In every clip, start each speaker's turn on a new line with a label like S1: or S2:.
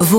S1: Vous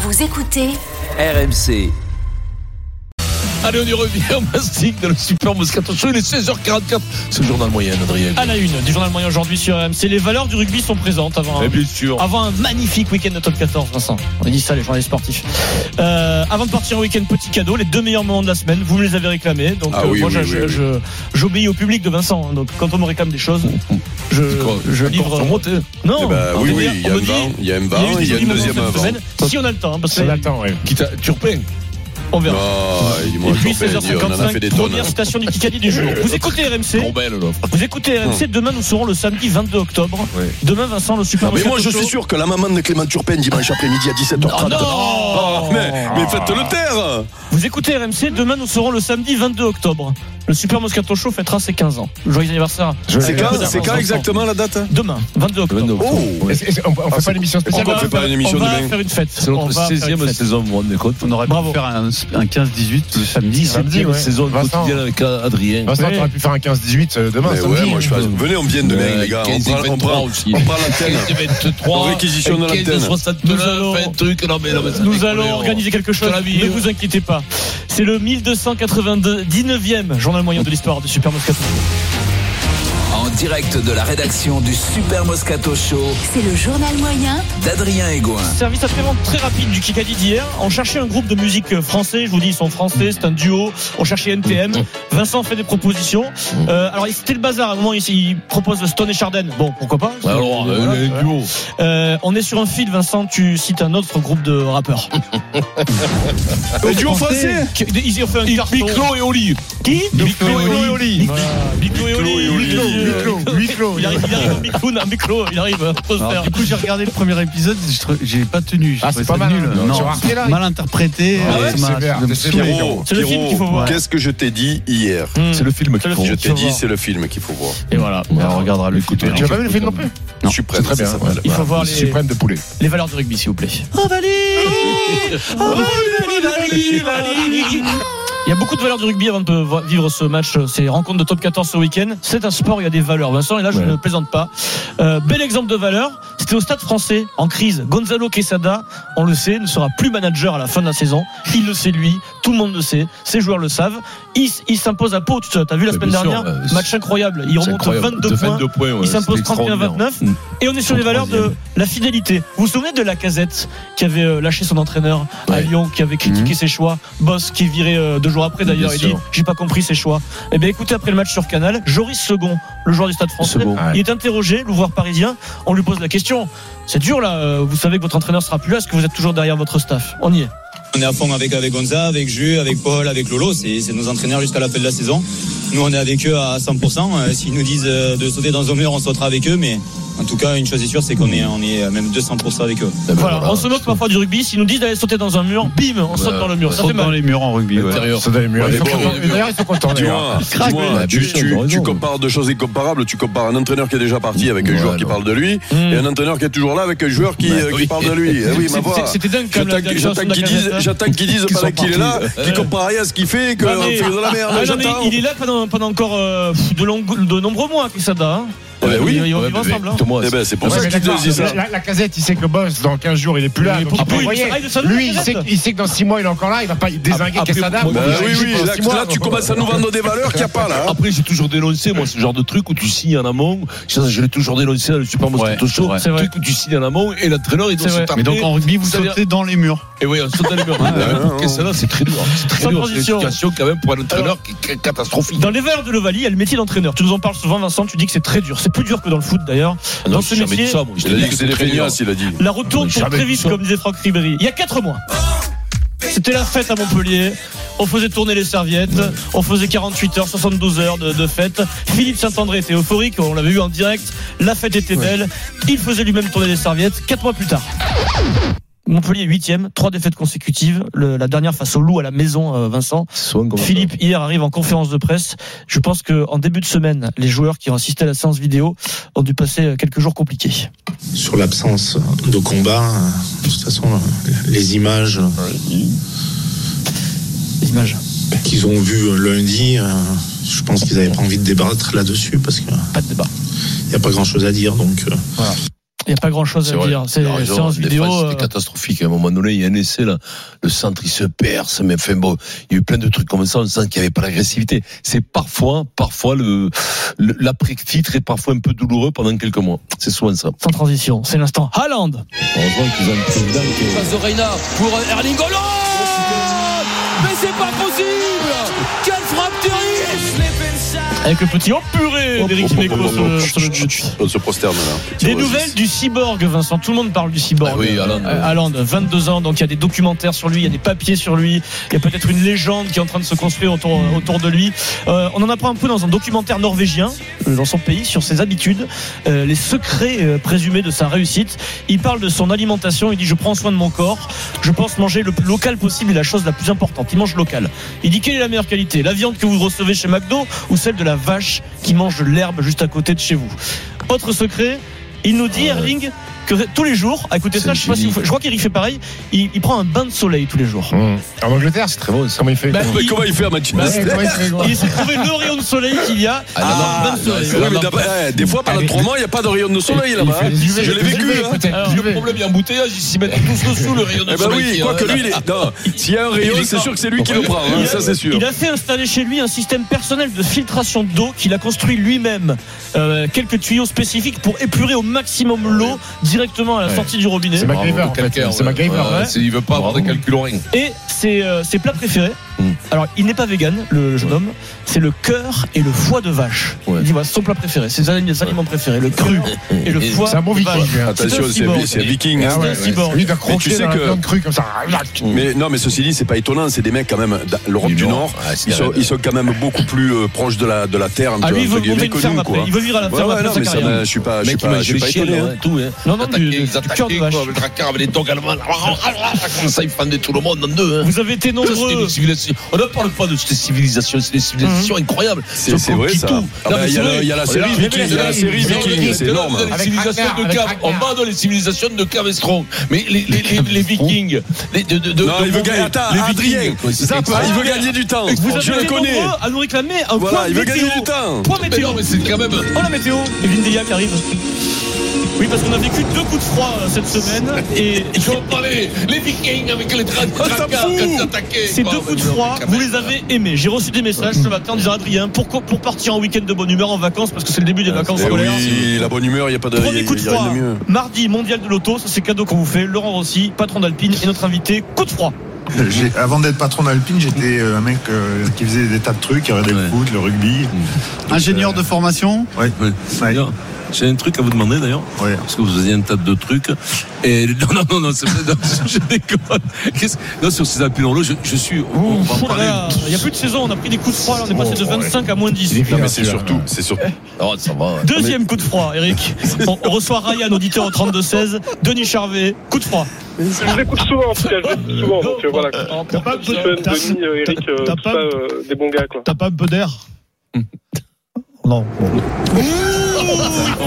S1: Vous écoutez
S2: RMC.
S3: Allez, on y revient au mastic dans le Super Moscato Show. Il est 16h44. C'est le journal moyen, Adrien.
S4: À la une du journal moyen aujourd'hui sur RMC, les valeurs du rugby sont présentes avant
S3: Et
S4: un,
S3: bien sûr.
S4: avant un magnifique week-end de top 14, Vincent. On dit ça, les journalistes sportifs. Euh, avant de partir en week-end, petit cadeau, les deux meilleurs moments de la semaine, vous me les avez réclamés. Donc, euh,
S3: Ah oui,
S4: moi,
S3: oui,
S4: je-
S3: oui,
S4: je-
S3: oui.
S4: je- j'obéis au public de Vincent. hein. Donc, quand on me réclame des choses, je,
S3: D'accord.
S4: je
S3: D'accord,
S4: livre.
S3: sur moi, t'es-
S4: Non,
S5: Eh ben,
S4: Ah, on
S5: oui,
S4: me
S5: oui,
S4: dit-
S5: il y a
S4: on
S5: un
S4: me dit-
S5: vent, il y a un
S4: il y a eu
S5: vent,
S4: des
S5: il y a
S4: jolis
S5: une
S4: moments
S5: deuxième
S4: cette
S5: avant.
S4: semaine. Si on a le temps, hein, parce que
S6: On attend, oui.
S3: Qui t'a- tu repins
S4: on verra.
S5: Non, Ah, il
S4: Et
S5: mange
S4: puis
S5: pas, il dit, on en a fait des
S4: 16h55,
S5: tonnes. Ah,
S4: première station du Kikadi du jour. Vous écoutez RMC
S3: Bon, ben, l'offre.
S4: Vous écoutez RMC, demain nous serons le samedi 22 octobre.
S3: Ouais.
S4: Demain Vincent, le Super
S5: Ah, mais moi, je
S4: Moscato
S5: suis
S4: Show.
S5: sûr que la maman de Clément Turpin, dimanche après-midi à 17h30.
S4: Oh, Ah, non
S5: mais, mais faites-le taire
S4: Vous écoutez RMC, demain nous serons le samedi 22 octobre. Le Super Moscato Show fêtera ses 15 ans. Joyeux anniversaire.
S5: C'est
S4: quand-
S5: quand,
S4: c'est quand exactement
S5: exactement la date
S4: Demain, 22 octobre.
S5: Oh
S6: Est-ce- est-ce- On on
S5: Ah,
S6: fait
S5: c'est-
S6: pas l'émission
S4: On
S6: spéciale
S5: Pourquoi on
S4: va
S5: fait pas
S4: faire-
S5: une émission
S4: on va
S5: demain
S4: faire une fête.
S7: C'est
S4: On
S7: notre
S4: va faire une
S7: 16e
S4: fête.
S7: saison, vous vous rendez compte On aurait
S4: Bravo.
S7: pu faire un, un 15-18 le samedi,
S6: Samedi,
S7: 7e
S6: ouais.
S7: saison
S6: Vincent.
S7: quotidienne avec
S3: euh,
S7: Adrien.
S6: Vincent,
S4: Oui.
S6: t'aurais pu faire un 15-18 euh, demain.
S5: Mais
S6: samedi.
S5: ouais, moi, je fais- Venez, on vient demain,
S3: Euh,
S7: Ouais,
S5: les gars. On
S7: 15 et
S5: prend, on
S7: 23
S5: prend,
S7: aussi.
S5: on prend l'antenne.
S3: 23,
S5: On réquisitionne
S3: un 15,
S5: l'antenne.
S3: 69,
S4: Nous allons-
S3: un truc. Non, mais, non, mais ça
S4: Nous
S3: déconne,
S4: allons
S3: on-
S4: organiser quelque chose,
S3: te la vie,
S4: ne
S3: euh.
S4: vous inquiétez pas. C'est le 1282, 19e journal moyen de l'histoire du Super Moscato.
S2: En direct de la rédaction du Super Moscato Show
S1: C'est le journal moyen
S2: d'Adrien Egoin.
S4: Service après-vente très rapide du Kikadi d'hier. On cherchait un groupe de musique euh, français. Je vous dis, ils sont français, c'est un duo. On cherchait NTM.
S3: Mm.
S4: Vincent fait des propositions. Euh, alors, c'était le bazar. À un moment, il, il propose Stone et Charden. Bon, pourquoi pas
S3: Ouais, alors, euh,
S4: Voilà.
S3: le duo.
S4: Euh, On est sur un fil, Vincent. Tu cites un autre groupe de rappeurs.
S5: Un duo français
S4: Qui- Ils ont fait un carton.
S3: Biclo et Oli.
S4: Qui
S3: Biclo et Oli.
S4: Voilà. Biclo et Oli.
S6: Huis clos, huis clos, huis clos.
S4: Il arrive, il arrive en Biclo, en Biclo, il arrive. euh, faut se
S3: Ah,
S4: faire.
S7: du coup, j'ai regardé le premier épisode, j'ai pas tenu.
S6: Ah, c'est pas mal. hein. Sur Arte, là.
S7: mal interprété.
S6: Ah ouais, c'est vert, c'est vert.
S5: Pierrot,
S4: C'est le film qu'il faut
S5: Pierrot,
S4: voir.
S5: qu'est-ce que je t'ai dit hier
S4: Hmm.
S7: le film
S4: C'est le
S5: Je
S4: film.
S5: t'ai dit, c'est le film qu'il faut voir.
S4: Et voilà.
S7: on regardera le couteau.
S6: Tu as pas vu le film non plus
S7: Non,
S5: Suprême,
S6: c'est très
S5: ça
S6: bien,
S5: s'appelle.
S4: Il faut voir
S6: Le
S4: les,
S6: Suprême de poulet.
S4: les valeurs du rugby, s'il vous plaît.
S3: Ah,
S4: Il y a beaucoup de valeurs du rugby avant de vo- vivre ce match, euh, ces rencontres de top 14 ce week-end. C'est un sport, il y a des valeurs, Vincent, et là je
S7: Ouais.
S4: ne plaisante pas. Euh, bel exemple de valeur, c'était au stade français, en crise. Gonzalo Quesada, on le sait, ne sera plus manager à la fin de la saison. Il le sait lui, tout le monde le sait, ses joueurs le savent. Il, s- il s'impose à Pau, tu as vu la
S7: Ouais,
S4: semaine
S7: bien sûr,
S4: dernière,
S7: ouais, c'est-
S4: match incroyable. Il remonte 22 points. Il s'impose 31-29. Et on est sur les valeurs de la fidélité. Vous vous souvenez de la casette qui avait euh, lâché son entraîneur à
S7: Ouais. Mhm.
S4: Lyon, qui avait critiqué ses choix Boss qui est viré euh, deux jours après d'ailleurs,
S7: Bien
S4: il
S7: sûr.
S4: dit J'ai pas compris ses choix. Eh bien écoutez, après le match sur Canal, Joris Second, le joueur du Stade français,
S7: Second,
S4: il est interrogé, l'ouvreur parisien. On lui pose la question C'est dur là, euh, vous savez que votre entraîneur sera plus là, est-ce que vous êtes toujours derrière votre staff On y est.
S8: On est à fond avec, avec Gonza, avec Ju, avec Paul, avec Lolo. C'est c'est nos entraîneurs jusqu'à la fin de la saison. Nous, on est avec eux à 100%. Euh, S'ils nous disent euh, de sauter dans un mur, on sautera avec eux. Mais en tout cas, une chose est sûre, c'est qu'on est, on est euh, même 200% avec eux.
S7: Ah ben
S4: Voilà, on se moque parfois du rugby. S'ils nous disent d'aller sauter dans un mur, bim, on saute dans le mur. Ça fait
S7: dans
S4: mal.
S7: les murs en rugby. ouais.
S6: Ça doit aller mieux.
S5: Ouais,
S6: Ils sont
S5: mais bon,
S6: contents.
S5: mais bon.
S6: D'ailleurs, ils sont contents. d'ailleurs.
S5: Dis-moi,
S7: craque,
S5: dis-moi,
S7: ouais, bien
S5: tu,
S7: sûr,
S5: tu-
S7: t'as raison.
S5: tu compares deux choses incomparables. Tu compares un entraîneur qui est déjà parti avec un
S7: Ouais,
S5: joueur qui
S7: non.
S5: parle de lui et un entraîneur qui est toujours là avec un joueur qui,
S3: Bah,
S5: euh, qui
S3: oui.
S5: parle de lui. Eh oui, ma voix.
S4: C'était- C'était dingue quand même la
S5: J'attends
S4: direction
S5: j'attends
S4: de la
S5: qu'ils disent,
S4: casette, hein.
S5: j'attends qu'ils disent
S7: Qu'ils
S5: pendant
S7: sont
S5: qu'il est là, qu'ils comparent rien à ce qu'il fait, et qu'on
S4: Ouais, mais-
S5: fait de la
S4: Ah,
S5: merde.
S4: non, mais
S5: J'attends.
S4: il est là pendant, pendant encore euh, pff, de, longues- de nombreux mois, Quesada. Hein.
S3: Ah, bah
S5: Eh ben oui.
S4: Ils vont vivre ensemble. Hein.
S5: Eh ben, c'est pour
S6: Ouais,
S5: ça
S6: mais
S5: que tu
S6: d'accord,
S5: te dis ça.
S6: la- la- La casette, il sait que le boss, dans 15 jours, il est plus là.
S4: Mais
S6: donc
S4: pour-
S6: il peut
S4: pour-
S6: envoyer.
S4: il s'arrête de s'ennuyer,
S6: Lui, il
S4: la
S6: sait,
S4: casette.
S6: il sait que dans 6 mois, il est encore là. Il va pas désinguer
S3: après,
S6: Quesada.
S3: moi,
S6: pour
S5: Bah
S3: moi,
S6: qu'il
S5: oui,
S6: joue
S5: oui,
S6: dans
S5: là,
S6: six mois.
S5: là, tu commences à nous vendre des valeurs qu'il n'y a pas là. hein.
S3: Après, j'ai toujours dénoncé, moi, ce genre de truc où tu signes en amont. Je, je l'ai toujours dénoncé dans le Super Moscato
S7: Ouais,
S3: Show.
S4: c'est
S3: Le
S4: vrai.
S3: truc où tu signes en amont et l'entraîneur, il doit
S4: C'est
S3: se
S4: vrai.
S3: taper.
S7: Mais donc en rugby, vous
S3: Ça veut dire-
S7: sautez dans les murs.
S3: Et oui, on saute dans les murs.
S5: ouais, ouais.
S3: Et ça, là, c'est très dur. C'est très
S4: Sans
S3: dur. C'est une
S4: transition.
S3: situation, quand même, pour un entraîneur qui qui est catastrophique.
S4: Dans les valeurs de Lovali, il y a le métier d'entraîneur. Tu nous en parles souvent, Vincent. Tu dis que c'est très dur. C'est plus dur que dans le foot, d'ailleurs.
S3: Ah non,
S4: Dans
S3: j'ai
S4: ce
S3: jamais
S4: métier,
S3: dit ça, moi. Je
S5: Il a
S3: t'ai
S5: dit que c'est des
S3: très dur.
S5: feignasses, il a dit.
S4: la retourne
S3: Mais
S4: pour
S3: jamais
S4: très
S3: dit
S4: vite,
S3: ça.
S4: comme disait Franck Ribéry. Il y a 4 mois. C'était la fête à Montpellier. On faisait tourner les serviettes. On faisait 48 heures, 72 heures de, de fête. Philippe Saint-André était euphorique. On l'avait eu en direct. La fête était belle. Il faisait lui-même tourner les serviettes. 4 mois plus tard. Montpellier 8ème, trois défaites consécutives, le- la dernière face au loup à la maison, euh, Vincent. Philippe hier arrive en conférence de presse. Je pense que en début de semaine, les joueurs qui ont assisté à la séance vidéo ont dû passer euh, quelques jours compliqués.
S9: sur l'absence de combat. De toute façon, les images
S4: Les images.
S9: qu'ils ont vues lundi, euh, je pense qu'ils n'avaient pas envie de débattre là-dessus parce qu'il
S4: Pas de débat.
S9: n'y a pas grand-chose à dire. Donc, euh,
S4: Il n'y a pas grand chose à dire. C'est
S3: Il a
S4: une
S3: raison.
S4: séance
S3: Des
S4: vidéo.
S3: fois,
S4: euh,
S3: C'était catastrophique. À un moment donné, il y a un essai, là. Le centre, il se perce. Mais enfin, bon, il y a eu plein de trucs comme ça. On sent qu'il n'y avait pas l'agressivité. C'est parfois, parfois, le, le- l'après-titre est parfois un peu douloureux pendant quelques mois. C'est souvent ça.
S4: sans transition, c'est l'instant Haaland.
S3: Heureusement qu'ils ont un président qui est-
S2: Passe de Reina pour Erling Haaland Mais c'est pas possible Quelle frappe terrible
S4: Avec le petit oh purée
S5: Hop,
S4: d'Éric
S5: hop, hop,
S4: Dimeco
S5: hop,
S4: sur le-
S5: hop.
S4: sur le but.
S5: On se prosterne là.
S4: Des nouvelles du cyborg, Vincent. Tout le monde parle du cyborg.
S3: Ah oui, Haaland.
S4: Euh, Haaland, 22 ans, donc il y a des documentaires sur lui, il y a des papiers sur lui, il y a peut-être une légende qui est en train de se construire autour, autour de lui. Euh, on en apprend un peu dans un documentaire norvégien, euh, dans son pays, sur ses habitudes, euh, les secrets euh, présumés de sa réussite. Il parle de son alimentation, il dit je prends soin de mon corps, je pense manger le plus local possible est la chose la plus importante. Il mange local. Il dit quelle est la meilleure qualité La viande que vous recevez chez McDo ou celle de la vache qui mange de l'herbe juste à côté de chez vous Autre secret, il nous
S5: Ah,
S4: dit, Erling, que tous les jours, à côté de
S3: C'est
S4: ça,
S3: le
S4: je, sais pas si
S3: génie.
S4: vous- je crois qu'Eric fait pareil, il, il prend un bain de soleil tous les jours.
S6: En Angleterre, c'est très beau. Comment il fait
S4: Bah,
S5: Mais
S4: il-
S5: comment il fait à Manchester
S6: Ouais, comment il
S5: Ah.
S6: fait, gros
S4: Il s'est trouvé le rayon de soleil qu'il y a.
S3: Ah,
S4: un bain de soleil.
S5: Ouais, mais t'as pas- eh, Des fois, pendant trois mois, il n'y a pas de rayon de soleil là-bas. hein.
S6: Les UV,
S5: Je l'ai
S6: les
S5: vécu.
S6: UV,
S5: hein.
S6: peut-être,
S4: Alors,
S6: les
S3: Le
S6: UV.
S3: problème, il y a un bouteillage. hein, Ils s'y mettent tous dessous le rayon de
S5: Eh ben
S3: soleil
S5: oui,
S3: qui- euh,
S4: hein.
S5: quoique lui, il est- non, s'il y a un rayon, c'est sûr que c'est lui qui le prend, hein, ça c'est sûr.
S4: Il a fait installer chez lui un système personnel de filtration d'eau qu'il a construit lui-même. Euh, quelques tuyaux spécifiques pour épurer au maximum l'eau directement à la sortie du robinet.
S6: C'est MacGyver, en fait.
S3: Calcaire,
S6: C'est
S3: ouais.
S6: MacGyver, hein.
S3: Ouais,
S6: ouais.
S3: c'est- Il veut pas avoir de calcul au ring.
S4: Et ses, euh, ses plats préférés,
S3: Mm.
S4: alors il n'est pas vegan, le jeune homme, c'est le cœur et le foie de vache.
S3: Ouais.
S4: Il dit voilà, son plat préféré, ses alim- les aliments préférés, le cru et le foie.
S6: C'est un bon
S4: de vache.
S6: viking. hein.
S5: Attention,
S4: un cyborg.
S5: c'est c'est un viking. hein.
S6: Ah ouais,
S4: C'est un cyborg.
S6: Lui, il doit
S5: Mais tu
S6: croquer
S5: sais
S6: dans la
S5: que-
S6: viande crue comme ça.
S5: Mais non, mais ceci dit, c'est pas étonnant, c'est des mecs quand même dans l'Europe du Nord.
S4: Ah,
S3: Ouais, c'est
S5: Ils sont,
S3: terrible.
S5: ils sont quand même beaucoup plus euh, proches de la, de la terre, entre,
S4: Ah lui il
S5: entre
S4: veut monter
S5: guillemets,
S4: une
S5: que
S4: ferme
S5: nous,
S4: après,
S5: quoi.
S4: il veut vivre à la
S5: Ouais,
S4: ferme
S5: ouais,
S4: après
S5: non,
S4: sa
S5: mais ça
S4: carrière.
S5: m'a- je suis pas,
S3: Le
S5: je suis
S3: mec, il
S5: pas,
S3: m'a
S5: je suis
S3: géré
S5: pas
S3: chier,
S5: étonné.
S3: là,
S5: hein.
S3: ouais, tout, hein.
S4: Non, non, du-
S3: Attaquer
S4: du
S3: les
S4: cœur de
S3: attaquer,
S4: vache.
S3: quoi, avec le racard, avec les dogs allemands. Comme ça, ils fendaient tout le monde en deux, hein.
S4: Vous avez été
S3: Ça, c'était
S4: nombreux.
S3: des civilisations. On ne parle pas de ces civilisations, c'est des civilisations incroyables.
S5: Mhm. C'est c'est vrai ça. Ah bah, Il y a la- il y a la série Viking, il y a la série Viking, c'est énorme.
S3: Les civilisations de
S6: Ragnar,
S3: cave,
S6: avec
S3: on
S6: Ragnar.
S3: bat dans les civilisations de cave et strong. Mais les, les, les, les Vikings, les, de, de, de,
S5: Non,
S3: de
S5: il veut
S3: Bombay,
S5: gagner. Attends,
S3: les
S5: Adrien,
S3: Vikings, quoi, c'est
S5: Zap,
S3: extra-
S5: il veut gagner du temps.
S4: Vous avez
S5: Oh, Je le
S4: été
S5: connais.
S4: nombreux à nous réclamer un point
S5: Voilà, il veut
S4: météo.
S5: gagner du temps.
S4: Point
S3: Mais
S4: météo.
S3: non, mais c'est quand même.
S4: Oh la météo Evelyne Delia qui arrive. Oui, parce qu'on a vécu deux coups de froid euh, cette semaine et
S3: Il faut en parler. Les Vikings avec les tra- tracas quand ils attaquaient.
S4: Ces
S3: Bah,
S4: deux
S3: bah,
S4: coups de
S3: non,
S4: froid,
S3: mais quand
S4: vous
S3: même.
S4: les avez aimés. J'ai reçu des messages ce matin en disant Adrien, pour, co- pour partir en week-end de bonne humeur en vacances, parce que c'est le début des vacances
S5: Eh
S4: scolaires.
S5: oui, la bonne humeur, il n'y a pas de. il y a-
S4: Premier coup de
S5: il y a rien
S4: froid,
S5: de mieux.
S4: mardi mondial de l'auto, ça c'est cadeau qu'on vous fait. Laurent Rossi, patron d'Alpine, et notre invité, coup de froid.
S10: J'ai- Avant d'être patron d'Alpine, j'étais euh, un mec euh, qui faisait des tas de trucs, qui regardait le foot, le rugby.
S7: Ingénieur de formation
S10: Ouais.
S11: Ouais.
S10: Ouais.
S11: D'ailleurs, j'ai un truc à vous demander d'ailleurs,
S10: Ouais.
S11: parce que vous faisiez un tas de trucs. Et non, non, non, non, c'est vrai, non, je déconne. Qu'est-ce- Non, sur ces appels je, je suis. on va en
S4: Ouh là
S11: parler.
S4: là, Il n'y a plus de saison, on a pris des coups de froid, là, on est passé de 25 à moins 10.
S5: Non, mais c'est surtout, c'est surtout.
S3: Oh, ça va. ouais.
S4: Deuxième coup de froid, Eric. On, on reçoit Ryan, auditeur au 32-16. Denis Charvet, coup de froid.
S12: Je l'écoute souvent, en tout cas, je l'écoute souvent. Donc euh, voilà,
S4: Oh,
S12: Stephen,
S4: pas de- t'as-
S12: Denis, euh, Eric, euh,
S4: t'as
S12: tout
S4: pas-
S12: ça, euh, des bons gars, quoi.
S4: T'as pas un peu d'air Non.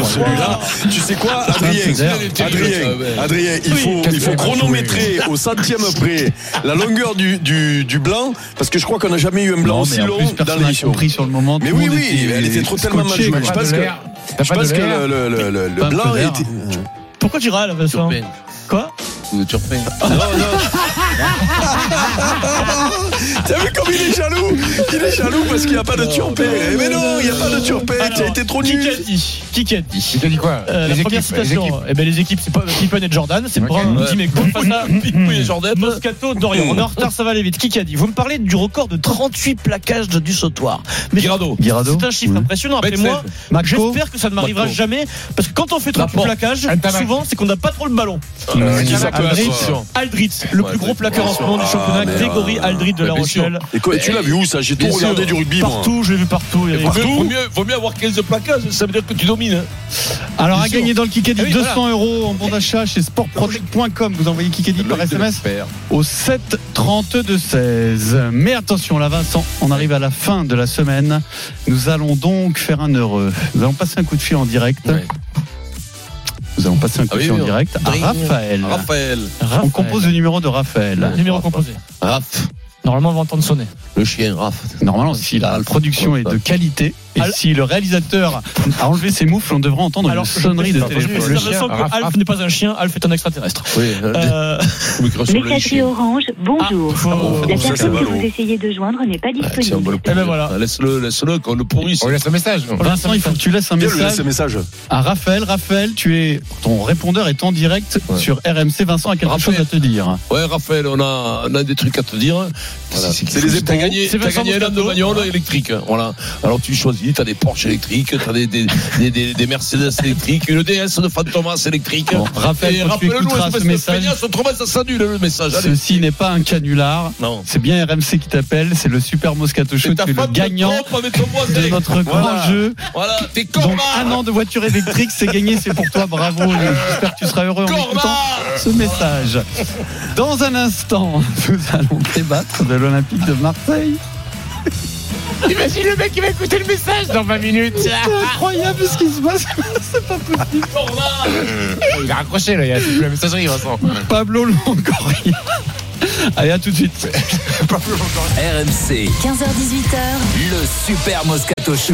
S5: Celui-là, tu sais quoi, Adrien, Adrien, euh, Adrien, il faut, il faut chronométrer au centième près la longueur du, du, du blanc, parce que je crois qu'on n'a jamais eu un blanc
S7: Non, mais
S5: aussi
S7: en
S5: long
S7: plus,
S5: dans
S7: personne n'a
S5: l'émission.
S7: compris sur le moment.
S5: Mais
S7: tout le
S5: oui,
S7: monde
S5: oui, elle était trop tellement mal
S7: scotché,
S5: jouée.
S7: quoi.
S5: Je pense que,
S6: T'as
S5: je
S6: pas
S5: pense
S6: de
S5: que
S6: l'air. Euh,
S5: le, le, le, le- le
S7: Pas de
S5: blanc
S7: l'air.
S5: était.
S4: Pourquoi tu râles, Vincent
S3: Turpin.
S4: Quoi
S3: Vous êtes surpris.
S5: T'as vu comme il est jaloux Il est jaloux parce qu'il n'y a pas de turpin. Eh Mais non, il n'y a pas de turpin, tu as été trop
S4: Qui
S5: nul.
S4: qu'a dit Qui qu'a dit
S6: Il t'a dit quoi
S4: Euh, la
S6: Les
S4: première
S6: équipes, les équipes.
S4: citation, eh ben les équipes, c'est pas Pippen et Jordan, c'est
S6: Ok.
S4: Brown,
S3: Ouais.
S4: Tim et Cole face à
S3: Pipouille et Jordan.
S4: Moscato, Dorian. On est en retard, ça va aller vite. Qui a dit Vous me parlez du record de 38 plaquages de- du sautoir. Mais
S3: Girado.
S7: Girado.
S4: c'est un chiffre impressionnant. Après
S3: Betsev.
S4: moi, j'espère que ça ne m'arrivera
S3: Marco.
S4: jamais parce que quand on fait trop de
S3: Laporte.
S4: plaquages,
S6: Altamar.
S4: souvent c'est qu'on n'a pas trop le ballon.
S5: Euh, qui ça peut être,
S4: Aldrit, le
S3: Ouais,
S4: plus gros
S3: Aldrit.
S4: vainqueur en ce moment du
S6: Ah,
S4: championnat,
S6: euh,
S4: Grégory Aldrit de La Rochelle.
S5: Et quoi, et
S7: eh,
S5: tu l'as vu où ça J'ai tout
S4: Bien
S5: regardé
S4: sûr.
S5: du rugby. moi.
S4: Partout, j'ai vu partout.
S5: Et
S4: Eric.
S5: partout.
S4: Vaut mieux-
S3: vaut mieux avoir 15 plaquages, ça veut dire que tu domines. hein.
S6: Alors,
S4: Bien
S6: à
S4: sûr.
S6: gagner dans le Kikadi,
S4: Ah oui,
S6: 200
S4: voilà.
S6: euros en bon d'achat chez sportproject.com. Vous envoyez Kikadi par SMS au 7 32 16. Mais attention, là, Vincent, on arrive à la fin de la semaine. Nous allons donc faire un heureux. Nous allons passer un coup de fil en direct. Nous allons passer un coup de fil en direct à Raphaël.
S3: Raphaël.
S6: On compose le numéro de Raphaël.
S4: Numéro composé.
S3: Raph.
S4: Normalement, on va entendre sonner.
S3: Le chien, Raph.
S6: Normalement, si
S13: Ah,
S6: la production est de qualité et si le réalisateur a enlevé ses moufles, on devrait entendre
S4: Alors,
S6: une sonnerie de téléphone.
S4: Je précise que Alf n'est pas un chien, Alf est un extraterrestre.
S3: Oui,
S4: Euh, ah,
S1: Messagerie Orange, bonjour.
S4: faut-
S1: La
S3: Ah, ça, c'est
S1: personne que
S3: ballot.
S1: vous essayez de joindre n'est pas
S3: Ah, Tiens, on
S1: disponible.
S6: Eh
S3: va le
S6: ben
S3: pourrir. Laisse-le, laisse-le, qu'on le pourrisse.
S14: On laisse un message.
S6: Vincent, il faut que tu laisses un
S5: Viens,
S6: message.
S5: lui laisse un message.
S6: À Raphaël, Raphaël, tu es ton répondeur est en direct sur RMC. Vincent a quelque chose à te dire.
S3: Ouais, Raphaël, on a, on a des trucs à te dire. C'est
S5: C'est les
S3: T'as
S5: époux.
S3: gagné,
S5: C'est
S3: t'as
S5: Vincent
S3: gagné un an de
S5: Moscato.
S3: bagnole électrique. hein, Voilà. Alors tu choisis, t'as des Porsche électriques, t'as des, des, des, des, des Mercedes électriques, une DS de Fantomas électrique.
S6: Bon, Raphaël,
S3: Et
S6: quand tu
S3: rappelle-nous,
S6: écouteras
S3: espèce
S6: ce
S3: de
S6: message-
S3: feignasse, autrement ça s'annule le message. Allez.
S6: Ceci n'est pas un canular.
S3: Non.
S6: C'est bien RMC qui t'appelle. C'est le Super Moscato Show. Tu es le
S3: Femme de
S6: gagnant
S3: pompe avec ton bois
S6: de
S3: électrique.
S6: notre
S3: Voilà.
S6: grand jeu.
S3: Voilà, t'es
S6: Donc
S3: cormard.
S6: un an de voiture électrique, c'est gagné, c'est pour toi, bravo. J'espère que tu seras heureux en écoutant ce message. Dans un instant, nous allons débattre de l'Olympique de Marseille.
S13: Imagine le mec qui va écouter le message dans 20 minutes.
S6: C'est incroyable ce qui se passe, c'est pas possible.
S13: Il a raccroché là, il a plus la messagerie Vincent.
S6: Pablo Longoria. Allez, à tout de suite.
S2: RMC,
S15: 15h18h,
S2: le Super Moscato Show.